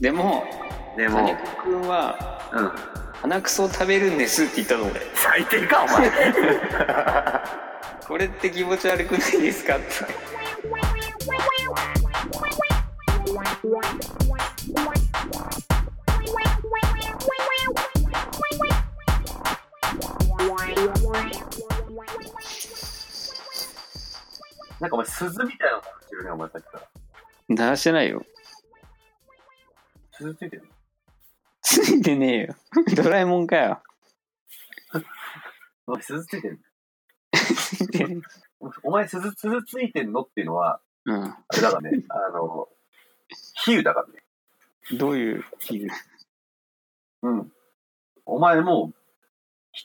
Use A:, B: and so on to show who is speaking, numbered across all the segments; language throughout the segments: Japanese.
A: でも
B: でも
A: 金子くんは
B: うん
A: 鼻くそを食べるんですって言ったの俺
B: 最低かお前
A: これって気持ち悪くないですかって
B: なんかお前鈴みたいなの持ってるねお前さっきから
A: 鳴らしてないよ
B: 鈴ついてる
A: ついてねえよ ドラえもんかよ
B: お前鈴ついてる
A: ついてね
B: お前鈴鈴ついてんのっていうのは
A: えうん
B: あれだ からねあの比喩だからね
A: どういう気分
B: うんお前もう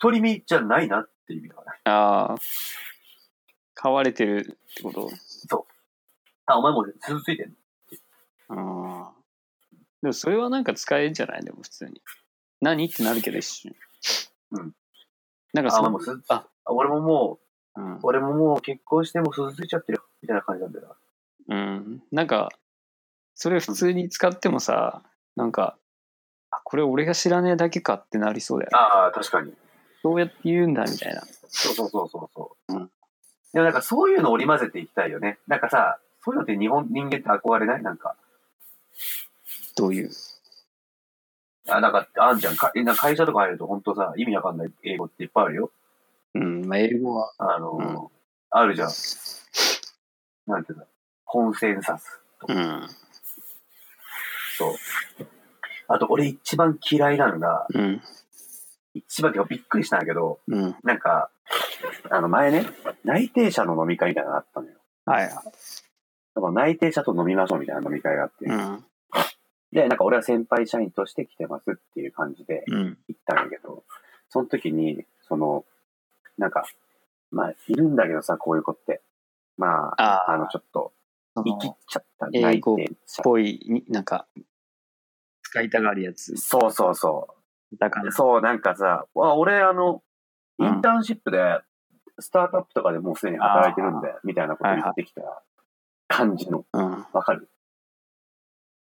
B: 独り身じゃないなっていう意味だから
A: ああ飼われてるってこと
B: あお前もう鈴ついてんの
A: ああでもそれはなんか使えるんじゃないでも普通に何ってなるけど一瞬
B: うん
A: なんか
B: あ
A: そ
B: お前も
A: の
B: う鈴
A: あ
B: あ俺ももう
A: うん、
B: 俺ももう結婚してもう鈴ついちゃってるよみたいな感じなんだよな
A: うん、なんかそれ普通に使ってもさなんかあこれ俺が知らねえだけかってなりそうだよね
B: ああ確かに
A: そうやって言うんだみたいな
B: そうそうそうそうそう。
A: うん
B: でもなんかそういうの織り交ぜていきたいよね。なんかさ、そういうのって日本、人間って憧れないなんか。
A: どういう
B: あ、なんか、あんじゃん。かなんか会社とか入ると本当さ、意味わかんない英語っていっぱいあるよ。
A: うんまあ英語は
B: あのー
A: うん
B: あるじゃん。なんていうのコンセンサス。
A: うん
B: そう。あと、俺一番嫌いなのが、
A: うん
B: 一番っていうかびっくりしたんだけど、
A: うん
B: なんか、あの前ね、内定者の飲み会みたいなのがあったのよ。
A: はい
B: だから内定者と飲みましょうみたいな飲み会があって。
A: うん
B: で、なんか俺は先輩社員として来てますっていう感じで
A: うん
B: 行ったんだけど、その時に、その、なんか、まあ、いるんだけどさ、こういう子って。まあ、
A: あ
B: あ
A: あ
B: の、ちょっと、
A: そ
B: 生きっ
A: の
B: ちゃった
A: 英語
B: 内定者
A: っぽいになんか使いたがるやつ
B: そうそうそ
A: だか
B: う。
A: ら
B: そう、なんかさ、わ、俺、あの、
A: うん
B: インターンシップで、スタートアップとかでもうすでに働いてるんで、みたいなこと言ってきた感じの、
A: うん
B: わかる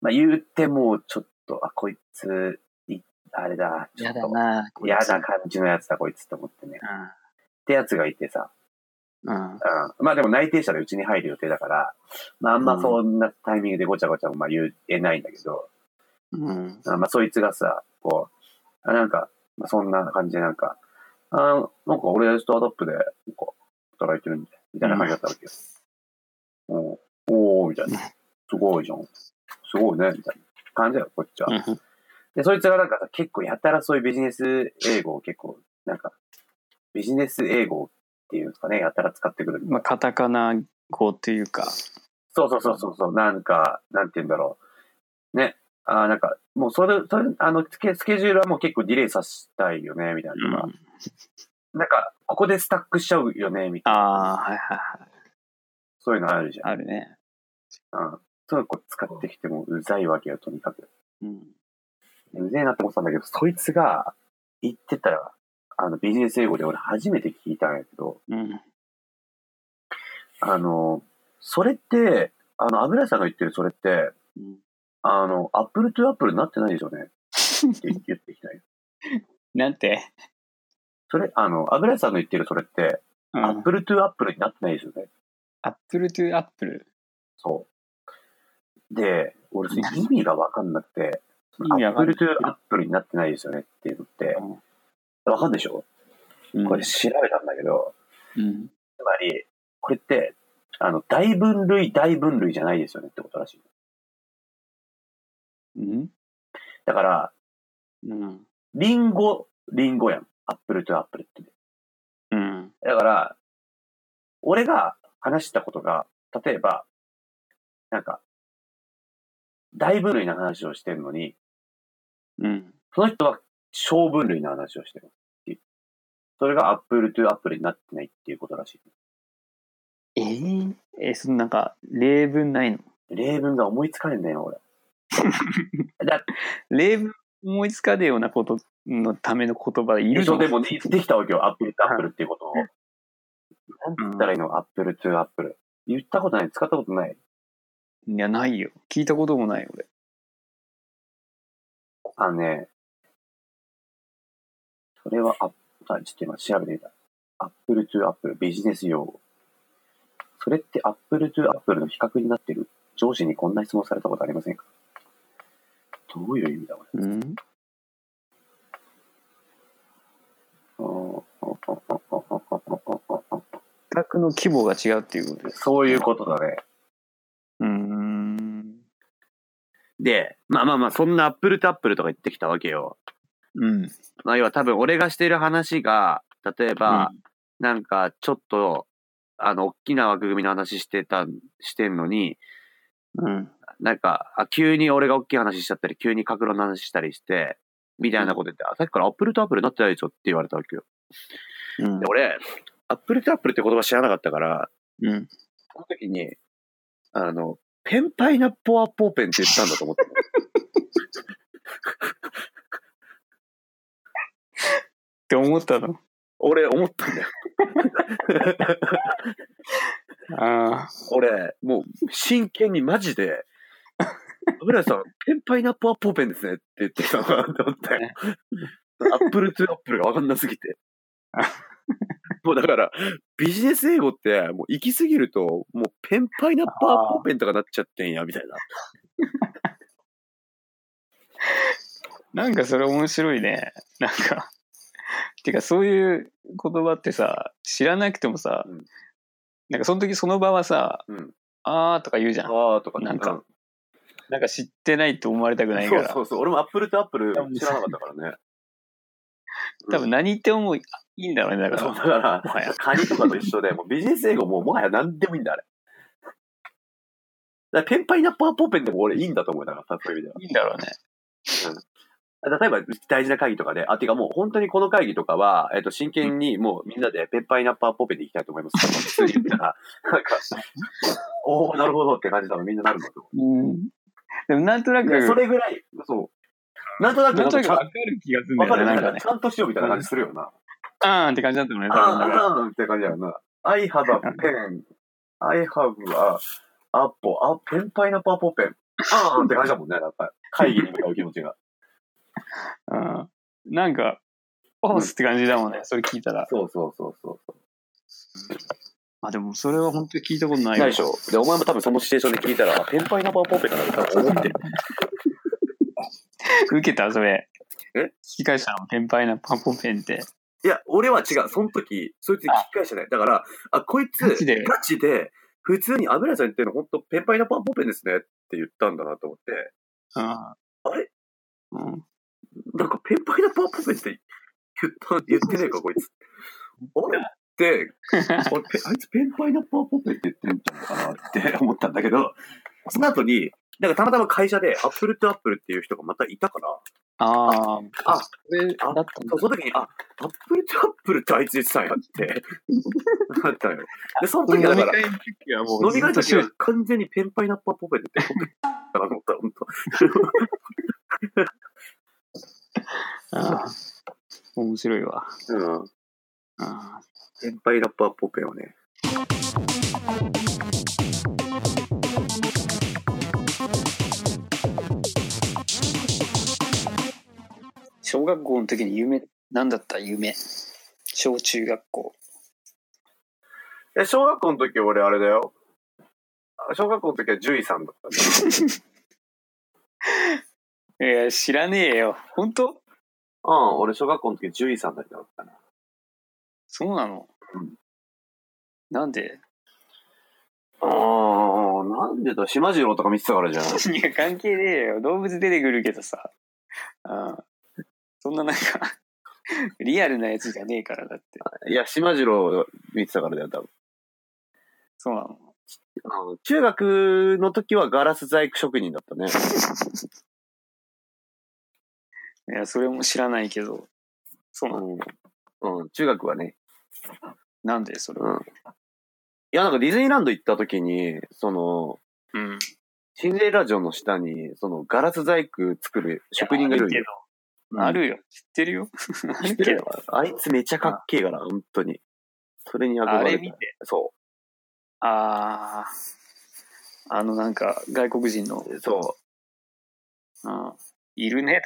B: まあ、言うてもうちょっと、あ、こいつ、いあれだ、ちょ
A: 嫌
B: っと
A: だ、なこい
B: 嫌
A: つ
B: な感じのやつだ、こいつと思ってね。ってやつがいてさ、
A: うんうん
B: うん、まあでも内定者でうちに入る予定だから、まああんまそんなタイミングでごちゃごちゃもまあ言えないんだけど、
A: うん
B: あまあそいつがさ、こう、あなんか、まあ、そんな感じでなんか、あなんか俺スタートアップで、なんか働いてるんで、みたいな感じだったわけよ。うん、おおーみたいな。すごいじゃん。すごいね、みたいな感じだよ、こっちは。
A: うん
B: で、そいつがなんかさ、結構やたらそういうビジネス英語を結構、なんか、ビジネス英語っていうんですかね、やたら使ってくる。
A: まあカタカナ語というか
B: そうそうそうそうそう、なんか、なんて言うんだろう。ね。あーなんか、もうそれ、それ、あの、スケスケジュールはもう結構ディレイさせたいよね、みたいなのが、
A: うん
B: なんか、ここでスタックしちゃうよね、みたい
A: あ
B: な。
A: あはいはいはい
B: そういうのあるじゃん。
A: あるね
B: うん。そういうのこう使ってきてもうざいわけよ、とにかく。
A: うん
B: うぜえなって思ってたんだけど、そいつが言ってたら、あの、ビジネス英語で俺初めて聞いたんやけど、
A: うん
B: あの、それって、あの、油井さんが言ってるそれって、
A: うん
B: あの、アップルトゥアップルになってないですよね。って言ってきたよ。
A: なんて、
B: それ、あの、油井さんの言ってるそれって、
A: うん
B: アップルトゥアップルになってないですよね。
A: アップルトゥアップル。
B: そう。で、俺、それ意味がわかんなくて、そ
A: 意
B: の
A: 味
B: ア
A: わかんな
B: ップ
A: い
B: ルトゥアップルになってないですよねっていうのって
A: うん、
B: わかんでしょこれ調べたんだけど、
A: うん、
B: つまり、これって、あの、大分類、大分類じゃないですよねってことらしい。
A: うん
B: だから、
A: うん
B: リンゴ、リンゴやん。アップルとアップルって。
A: うん
B: だから、俺が話したことが、例えば、なんか、大分類の話をしてるのに、
A: うん
B: その人は小分類の話をしてるっていう。それがアップルとアップルになってないっていうことらしい。
A: えー、えそのなんか例文ないの
B: 例文が思いつかねえんだよ、俺。だ
A: 例文思いつかねえようなことのための言葉いる
B: 一
A: の
B: 応でもできたわけよ、アップルとアップルっていうことを。なんて言ったらいいのアップルとアップル。言ったことない、使ったことない。
A: いやないよ聞いたこともない俺
B: あのね、それはアップ、あちょっと今調べてみた。Apple to Apple ビジネス用。それって Apple to Apple の比較になってる上司にこんな質問されたことありませんかどういう意味だこれ。
A: うん比較の規模が違うっていうことです。
B: そういうことだね。
A: うーん。
B: で、まあまあまあ、そんなアップルとアップルとか言ってきたわけよ。
A: うん。
B: まあ要は多分俺がしてる話が、例えば、なんかちょっと、あの、大きな枠組みの話してた、してんのに、
A: うん。
B: なんか、あ急に俺が大きい話しちゃったり、急に格論の話したりして、みたいなこと言って、あさっきからアップルとアップルになってないでしょって言われたわけよ。
A: うん
B: で、。俺、アップルとアップルって言葉知らなかったから、
A: うん。
B: この時に、あの、ペンパイナポアポーペンって言ったんだと思って。
A: って思ったの。
B: 俺、思ったんだよ。
A: ああ。
B: 俺、もう、真剣にマ ジで、油さん、ペンパイナポアポーペンですねって言ってきたのかなって思ったよ
A: ね。
B: アップルトゥアップルがわかんなす ぎて
A: あ。
B: もうだから、ビジネス英語って、もう行き過ぎると、もうペンパイナポアポーペンとかなっちゃってんや、みたいな。
A: なんかそれ面白いね。なんか。てかそういう言葉ってさ、知らなくてもさ、
B: うん
A: なんかその時その場はさ、
B: うん
A: あーとか言うじゃん。
B: ああ、とか
A: なんか、なんか知ってないと思われたくないか
B: そ
A: ら。
B: うそうそう。俺もアップルとアップル知らなかったからね。
A: 多分何言ってもいいんだろうね。だ
B: そう
A: か
B: だから
A: もはや、
B: カニとかと一緒で、もうビジネス英語もうもはや何でもいいんだ、あれ。だからペンパイナッパーポーペンでも俺いいんだと思うだから、そういう意味
A: ら、いいんだろうね。
B: では。例えば大事な会議とかで、あ、てかもう本当にこの会議とかは、えっ、と、真剣にもうみんなでペンパイナッパーポーペンでいきたいと思います。普通に言ったら、なんか、 おおなるほどって感じだもみんななるんだと思
A: うん。でもなんとな
B: う。いやそ
A: く、
B: れぐらい、そう。なんとなく
A: な
B: なん
A: と
B: んか
A: な
B: ち
A: く
B: ゃ
A: わ
B: ん、
A: かる気がするんだ
B: わか
A: よね。な
B: るなんん
A: か
B: か
A: ね
B: ち。ゃんとしようみたいな感じするよな。
A: あーんって感じだったもんね。多分なんか
B: ああ、みたいな感じやな。I have a pen. I have a apple. あ、ペンパイナップアポペン。ああ、って感じだもんね。なんか会議に向かう気持ちが。
A: うんなんか、おーすって感じだもんね。それ聞いたら。
B: そうそうそうそう。
A: まあでもそれは本当に聞いたことない
B: ない
A: よ
B: でしょ。で、お前も多分そのシチュエーションで聞いたら、ペンパイナップアポペンかなって多分思ってる。
A: 受けたそれ。
B: え
A: 聞き返したのペンパイナパポペンって。
B: いや、俺は違う。その時、そいつに聞き返してない。だから、あ、こいつ、
A: ガチで
B: ガチで、普通に油さん言ってるの、本当ペンパイナップアポペンですねって言ったんだなと思って、
A: うん。
B: あれ
A: うん。
B: なんかペンパイナップアポペンって言った、言ってねえか、こいつ。あれって、俺ペあいつペンパイナッパーポッペって言ってんじゃんかなって思ったんだけど、その後に、なんかたまたま会社でアップルとアップルっていう人がまたいたから、
A: ああ。
B: あ、
A: それだ
B: あ
A: ったんだ。
B: そうその時に、あ、アップルとアップルってあいつ言ってたんやって、なったのよ。で、その時は
A: 飲
B: だ
A: み
B: から、
A: 会の時はもう
B: 飲み会の時は
A: ずっと
B: 完全にペンパイナッパーポッペって言って、ポッペだなと思った、本当。
A: あー面白いわ。
B: うん。
A: あ
B: 先輩ラッパーポペをね。
A: ー小学校の時に夢、なんだった夢。小中学校。
B: え、小学校の時俺あれだよ。あ小学校の時は獣医さんだったんだよ。
A: いや、知らねえよ。本当
B: うん、俺小学校の時獣医さんだったな。
A: そうなの、
B: うん
A: なんで
B: ああ、なんでだ、島次郎とか見てたからじゃん。
A: いや、関係ねえよ。動物出てくるけどさ。うん。そんななんか、リアルなやつじゃねえからだって。
B: いや、島次郎見てたからだよ、多分。
A: そうなの
B: あの中学の時はガラス細工職人だったね。
A: いや、それも知らないけど。そうなの
B: うん。うん、中学はね。
A: なんでそれ
B: う
A: は。
B: ん。いや、なんかディズニーランド行った時に、その、
A: うん。
B: シンデレラ城の下に、そのガラス細工作る職人がいるんよ。
A: いやあるけど。あるよ。知ってる よ。あ
B: 知っ
A: る
B: て
A: け
B: る
A: ど。
B: あいつめちゃかっけえから、本当に。それに
A: あ
B: 憧
A: れ
B: れて
A: 見。て。
B: そ
A: ああ。あのなんか、外国人の、
B: う。そう。
A: うん。いるね。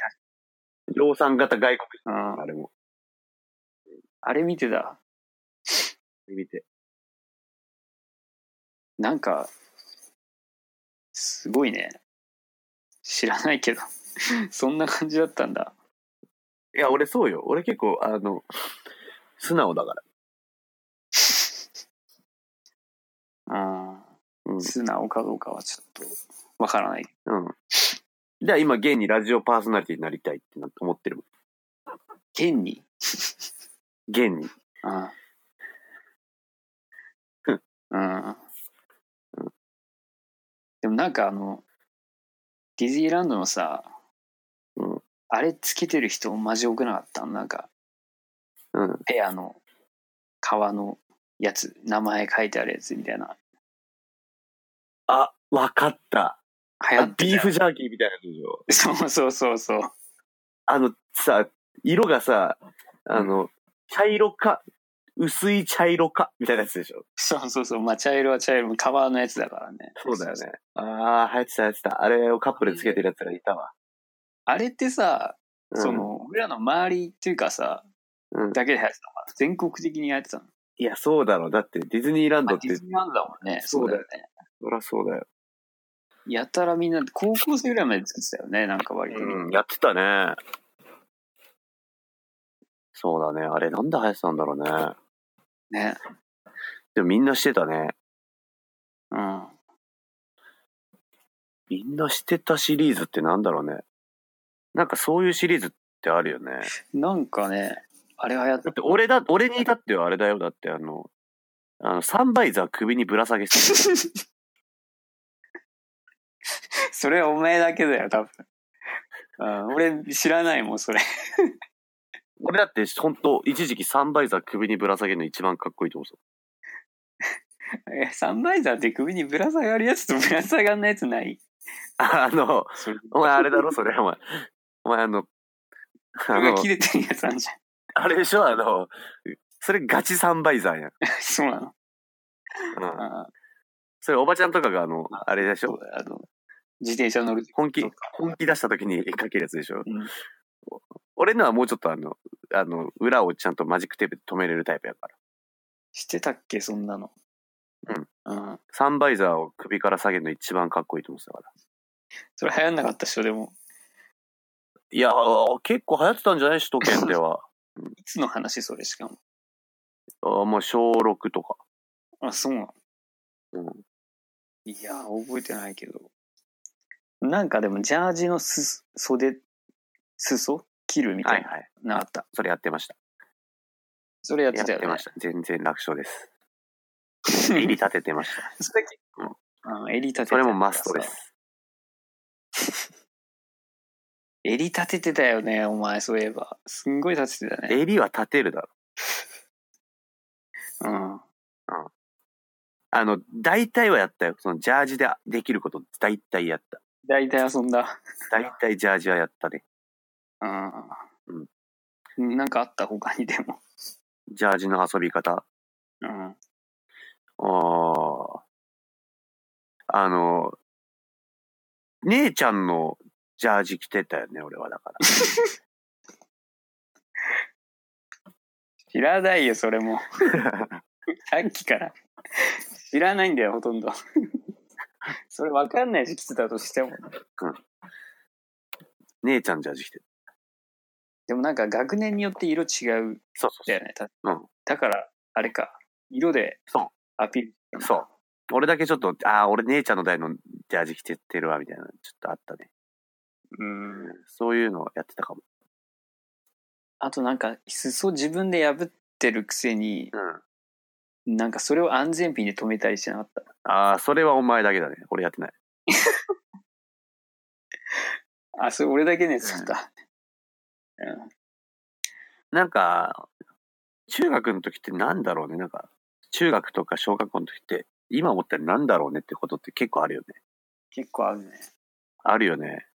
B: 量産型外国
A: うん
B: 人。あれも、
A: あれ見てた。
B: 見て。
A: なんか、すごいね。知らないけど、 そんな感じだったんだ。
B: いや、俺そうよ。俺結構、あの、素直だから。
A: あ
B: うん
A: ー素直かどうかはちょっとわからない。
B: うん。じゃあ今、現にラジオパーソナリティになりたいってな思ってるもん。
A: 現に。
B: 現に。
A: ああ。うん。でもなんかあの、ディズニーランドのさ、
B: うん
A: あれつけてる人マジ多くなかったなんか、
B: うん。
A: ペアの革のやつ、名前書いてあるやつみたいな。
B: あ、わかった。
A: 流行ってた
B: ビー
A: よ
B: フジャーキーみたいなやつでしょ。
A: そうそうそうそう。
B: あの、さ、色がさ、あの、茶色か、薄い茶色か、みたいなやつでしょ。
A: そうそうそう。まあ、茶色は茶色、カバーのやつだからね。
B: そうだよね。ああ、流行ってた、流行ってた。あれをカップルつけてるやつがいたわ。
A: あれってさ、
B: うん
A: そ、の、俺らの周りっていうかさ、
B: うん
A: だけで流行ってたのかな全国的に流行ってたの。
B: いや、そうだろう。だって、ディズニーランド
A: まあ
B: って
A: ディ、ズニーランドだもんね。
B: そうだよ
A: ね。
B: そりゃそうだよ。
A: やたらみんな、高校生ぐらいまで作ってたよね、なんか割と。
B: うん、やってたね。そうだね。あれ、なんで流行ってたんだろうね。
A: ね。
B: でもみんなしてたね。
A: うん。
B: みんなしてたシリーズってなんだろうね。なんかそういうシリーズってあるよね。
A: なんかね、あれ流行って
B: だって俺だ、俺に至ってはあれだよ。だってあの、あの、サンバイザー首にぶら下げしてる。
A: それはお前だけだよ、多分。うん、俺知らないもん、それ。
B: 俺だって本当一時期サンバイザー首にぶら下げるの一番かっこいいと思う。
A: えサンバイザーって首にぶら下がるやつとぶら下がんないやつない
B: あの、
A: それ。
B: お前あれだろそれ、お前。お前あの、あ
A: 首が
B: の
A: 切、れてるやつあんじゃん。
B: あれでしょあの、それガチサンバイザーやん。
A: そうなの。
B: うん
A: あ
B: それおばちゃんとかがあの、あれでし
A: そ
B: ょ
A: うだよあの自転車乗る時
B: 本気
A: そうか、
B: 本気出した時にかけるやつでしょ、
A: うん
B: 俺のはもうちょっとあの、あの、裏をちゃんとマジックテープで止めれるタイプやから。
A: してたっけ、そんなの。うん。うん。
B: サンバイザーを首から下げるの一番かっこいいと思ってたから。
A: それ流行んなかったっしょ、でも。
B: いや、あ結構流行ってたんじゃない首都圏では。
A: いつの話、それしかも。
B: あもう小6とか。
A: あ、そうなの。
B: うん
A: いやー、覚えてないけど。なんかでも、ジャージのす袖、裾切るみた
B: はい
A: いな、
B: はい。
A: なかった。
B: それやってました。
A: それやってた
B: や
A: よ
B: って
A: ね
B: まし。た。全然楽勝 です。襟立ててました。
A: それ結構、うん、襟立てて
B: それもマストで。す。
A: 襟立ててたよね、お前、そういえば。すんごい立ててたね。
B: 襟は立てるだろ。
A: うん。
B: あの、大体はやったよ。そのジャージでできること大体やった。
A: 大体遊んだ。
B: 大体ジャージはやったね。
A: うん。なんかあった、他にでも。
B: ジャージの遊び方。
A: うん。
B: ああ。あの、姉ちゃんのジャージ着てたよね、俺はだから。
A: 知らないよ、それ も。さっきから。知らないんだよ、ほとんど。それ分かんないし、来てたとしても。
B: 姉ちゃんのジャージ着てた。
A: でもなんか学年によって色違うん
B: そうそ
A: だよね。た
B: うん
A: だから、あれか。色で
B: そう
A: アピール。
B: う。そう。俺だけちょっと、ああ、俺姉ちゃんの代のジャージ着てってるわ、みたいな、ちょっとあったね。
A: うん。
B: そういうのをやってたかも。
A: あとなんか、裾自分で破ってるくせに、
B: うん。
A: なんかそれを安全ピンで止めたりしてなかった。
B: ああ、それはお前だけだね。俺やってない。
A: あ、それ俺だけね、作った。
B: なんか、中学の時ってなんだろうね。なんか、中学とか小学校の時って、今思ったらなんだろうねってことって結構あるよね。
A: 結構あるね。
B: あるよね。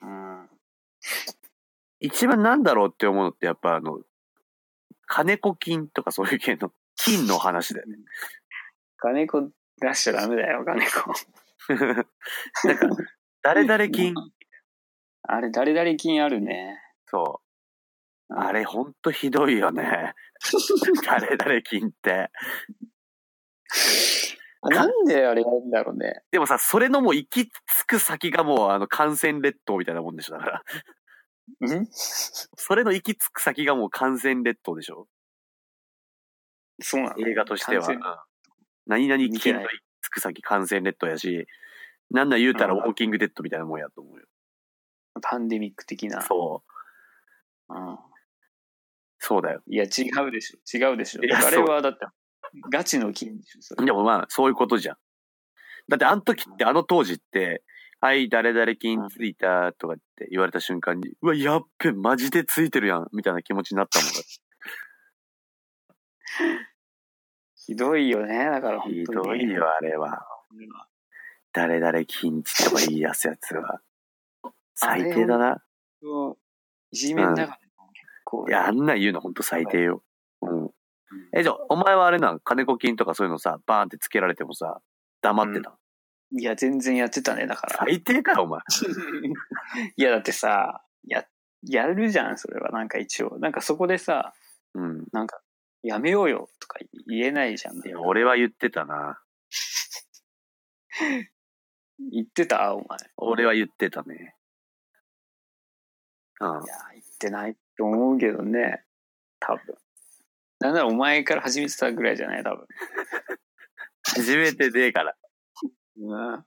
A: うん。
B: 一番なんだろうって思うのってやっぱあの、金子金とかそういう系 の金の話だよね。
A: 金子出しちゃダメだよ、金子。
B: なんか、誰々金、
A: あれ、誰々金あるね。
B: そう。あれほんとひどい よね。誰々金って。
A: なんであれやるんだろうね。
B: でもさ、それのもう行き着く先がもうあの感染列島みたいなもんでしょ、だから。
A: ん
B: それの行き着く先がもう感染列島でしょ
A: そうなの
B: 映画としては。う
A: 感
B: ん
A: 染
B: 何々
A: 見て
B: 金
A: な
B: の
A: い
B: 行き着く先感染列島やし、なんだ言うたらウ
A: うん
B: ォーキングデッドみたいなもんやと思うよ。
A: パンデミック的な。
B: そう。
A: うん
B: そうだよ。
A: いや、違うでしょ。違うでしょ
B: い。や
A: あれはだって、ガチの金でしょ、それ。
B: でもまあ、そういうことじゃん。だってあの時って、あの当時って、はい、誰々金ついたとかって言われた瞬間に、うわ、やっべ、マジでついてるやん、みたいな気持ちになったもん。
A: ひどいよね。だから本
B: ひ
A: 当に。
B: どいよ、あれは。誰々禁止とか言い出すやつは。最低だな。
A: これはいじめだから、結構。
B: いや、あんなん言うのほんと最低よ。うん。え、じゃあ、お前はあれなん金子金とかそういうのさ、バーンってつけられてもさ、黙ってた。
A: いや、全然やってたね、だから。
B: 最低かよ、お前。
A: いや、だってさ、や、やるじゃん、それは。なんか一応。なんかそこでさ、
B: うん。
A: なんか、やめようよとか言えないじゃん。
B: いや俺は言ってたな。
A: 言ってたお前。
B: 俺は言ってたね。うん
A: い。や、言ってないと思うけどね。多分。なんならお前から始めてたぐらいじゃない多分。
B: 初めてでえから。
A: うん。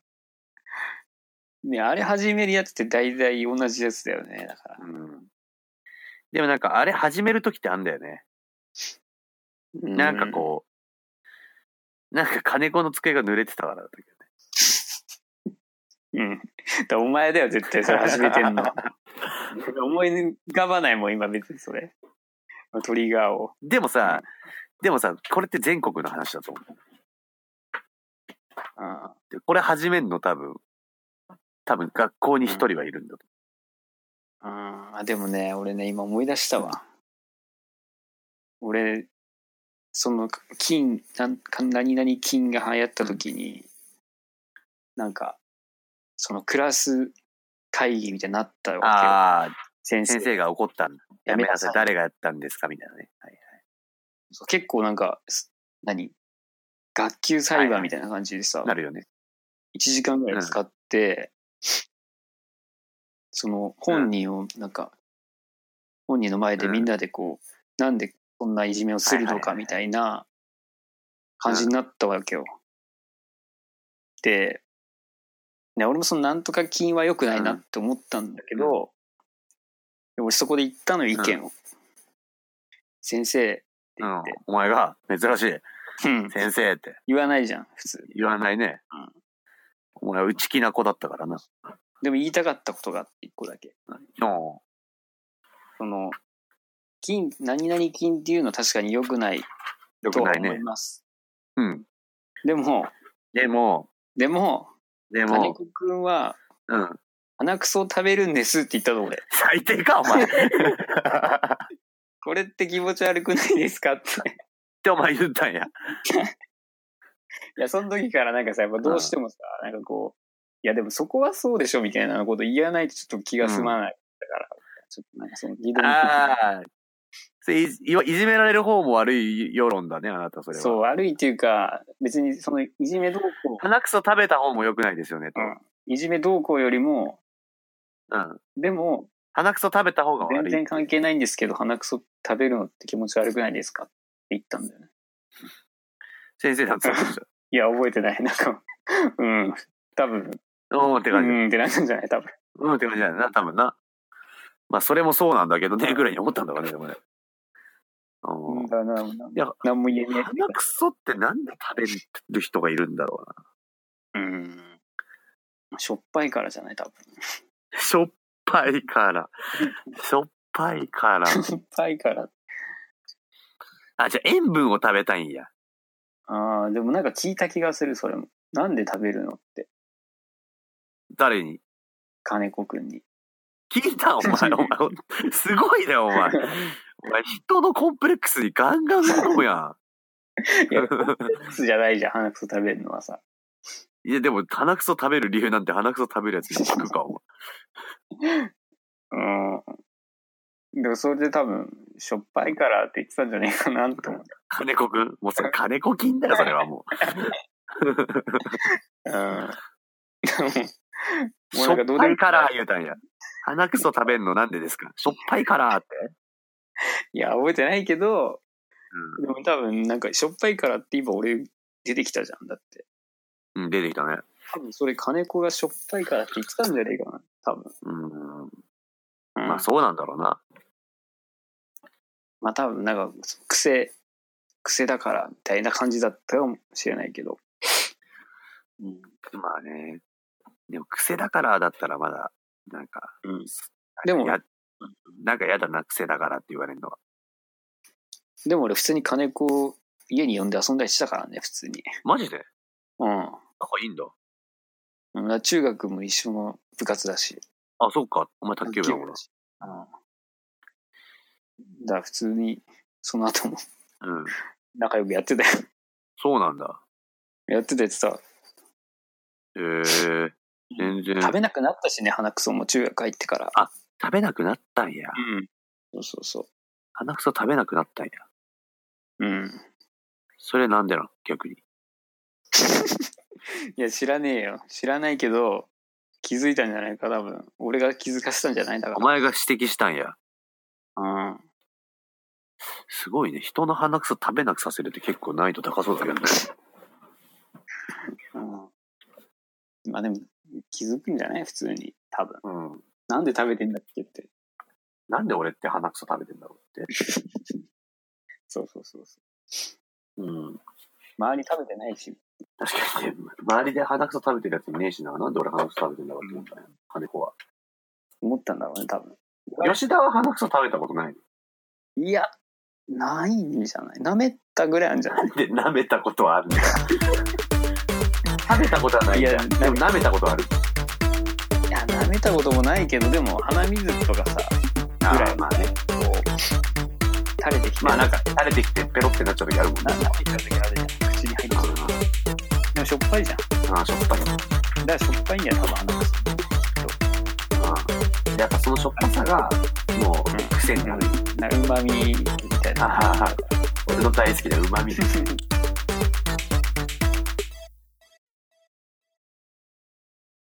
A: ねあれ始めるやつって大体同じやつだよね。だから。
B: うん。でもなんか、あれ始めるときってあんだよね。なんかこう、なんか金子の机が濡れてたからだけどね。
A: う。うん。だからお前だよ、絶対それ始めて んの。思い浮かばないもん、今別にそれ。トリガーを。
B: でもさ、でもさ、これって全国の話だと思う。
A: うん。
B: でこれ始めんの多分、多分学校に一人はいるんだと
A: うん、あでもね、俺ね、今思い出したわ。俺、その、金、なんか何々金が流行った時に、なんか、そのクラス会議みたいになったわけよ。
B: ああ、
A: 先生
B: 先生が怒ったんだ。やめなさい、誰がやったんですかみたいなね。はい
A: そう結構なんか、す何学級裁判みたいな感じでさ、
B: なるよね。
A: 1時間ぐらい使って、その本人をなんか、本人の前でみんなでこう、なんでこんないじめをするのかみたいな感じになったわけよ。で、ね、俺もそのなんとか金は良くないなって思ったんだけど、で俺そこで言ったのよ意見を。先生って
B: う
A: 言
B: ん
A: って、。
B: お前が、珍しい、
A: うん
B: 先生って
A: 言わないじゃん、普通。
B: 言わないね。お前は内気な子だったからな。
A: でも言いたかったことがあって、一個だけ。
B: うん
A: その、金、何々金っていうのは確かに良くない
B: よく
A: とは
B: ない
A: 思い
B: ね。
A: ます。
B: うん。
A: でも、
B: でも、
A: でも、
B: で
A: 金
B: も、
A: 子くんは、
B: うん。
A: 鼻くそを食べるんですって言ったの俺。
B: 最低か、お前。
A: これって気持ち悪くないですかって。
B: ってお前言ったんや。
A: いや、その時からなんかさ、やっぱどうしてもさ、なんかこう、いやでもそこはそうでしょみたいなこと言わないとちょっと気が済まない。だから、ちょっとなんかその議論
B: ああ。それいじいわいじめられる方も悪い世論だね、あなた、それは。
A: そう、悪いっていうか、別にそのいじめ動向、
B: 鼻くそ食べた方も良くないですよね、と。
A: うんいじめ動向よりも、
B: うん。
A: でも、
B: 鼻くそ食べた方が悪
A: 全
B: い。
A: 然関係ないんですけど、鼻くそ食べるのって気持ち悪くないですかって言ったんだよね。
B: 先生だったんですよ。
A: いや、覚えてない。なんか、 うん。多分、
B: うんって
A: う
B: 感じ。
A: んってなったんじゃない多分。
B: うんって感じだよな、多分な。まあ、それもそうなんだけどね、ぐらいに思ったんだからね、でもね。う
A: うんん、だからなんなん
B: いや
A: なんも言えない。
B: 鼻くそってなんで食べる人がいるんだろう
A: うん。しょっぱいからじゃない多分。
B: な。しょっぱ いから。しょっぱいから。
A: しょっぱいから。
B: あ、じゃあ塩分を食べたいんや。
A: ああ、でもなんか聞いた気がする、それも。なんで食べるのって、
B: 誰に
A: 金子くん に。
B: 聞いた お前、お前、すごいね、お前。お前、人のコンプレックスにガンガン突っ込むやん。
A: いや、じゃないじゃん、鼻くそ食べるのはさ。
B: いや、でも、鼻くそ食べる理由なんて鼻くそ食べるやつに聞くか、お
A: うん。でもそれで多分、しょっぱいからって言ってたんじゃねえかなと思う。
B: 金子くんもうそれ金子金だよ、それはも
A: うん。でも
B: う。
A: もう
B: し
A: な
B: ょ
A: んかど
B: っ
A: うで
B: ぱ
A: もい
B: い
A: い
B: から言うたんや。鼻くそ食べんのなんでですかしょっぱいからって。
A: いや、覚えてないけど、
B: うん
A: でも多分、なんか、しょっぱいからって今俺出てきたじゃん。だって。
B: うん、出てきたね。
A: 多分それ金子がしょっぱいからって言ってたんじゃねえかな。多分。
B: うん。
A: うん、
B: ま
A: ま
B: あ
A: あ、
B: そうなんだろうな。
A: 多分、なんか、癖、癖だからみたいな感じだったかもしれないけど。うん。
B: まあね。でも癖だからだったらまだ、なんか、
A: うんでも
B: やなんか嫌だな、癖だからって言われるのは。
A: でも俺、普通に金子を家に呼んで遊んだりしたからね、普通に。
B: マジでなんか
A: うん。
B: いいんだ。
A: うんだから中学も一緒の部活だし。
B: あ、そうか。お前卓球部だもんな
A: だ。し。うん。だから普通に、その後も
B: うん。
A: 仲良くやってたよ。
B: そうなんだ。
A: やってたやってた。
B: へえ。全然。
A: 食べなくなったしね、鼻くそも中学入ってから。
B: 食べなくなったんや。
A: うん。そうそうそ
B: 鼻くそ食べなくなったんや。
A: う。うん。
B: それなんでなん逆に。
A: いや、知らねえよ。知らないけど、気づいたんじゃないか、多分。俺が気づかせたんじゃないだか
B: お前が指摘したんや。
A: ら。うん。
B: すごいね。人の鼻くそ食べなくさせるって結構難易度高そうだけどね。
A: うん。まあでも、気づくんじゃない普通に。多分。
B: うん。
A: なんで食べてんだっけって。
B: なんで俺って鼻くそ食べてんだろうって。
A: そうそうそうそう。
B: うん。
A: 周り食べてないし。
B: 確かにね、周りで鼻くそ食べてるやついねえしな。なんで俺鼻くそ食べてんだろうって思ったね。金子は。
A: 思ったんだろうね、多分。
B: 吉田は鼻くそ食べたことない。
A: いや、ないんじゃない舐めたぐらいあるんじゃない
B: で、舐めたことはあるん だ。食べたことはないじゃん。
A: いや
B: でも舐めたことはある。
A: いや、舐めたこともないけど、でも鼻水とかさ、ぐらい
B: まあね。
A: こう、垂れてきて、
B: まあなんか、垂れてきてペロってなっちゃう時あるもん
A: な
B: ね。
A: 舐めちゃう時あるじゃん。口に入ってくる。でもしょっぱいじゃん。
B: ああ、しょっぱい。
A: だからしょっぱいんだよ、多分鼻水。
B: うんやっぱそのしょっぱさが、もう癖になる。
A: なんかうまみみたいな。
B: ああ、俺の大好きな旨味。
A: う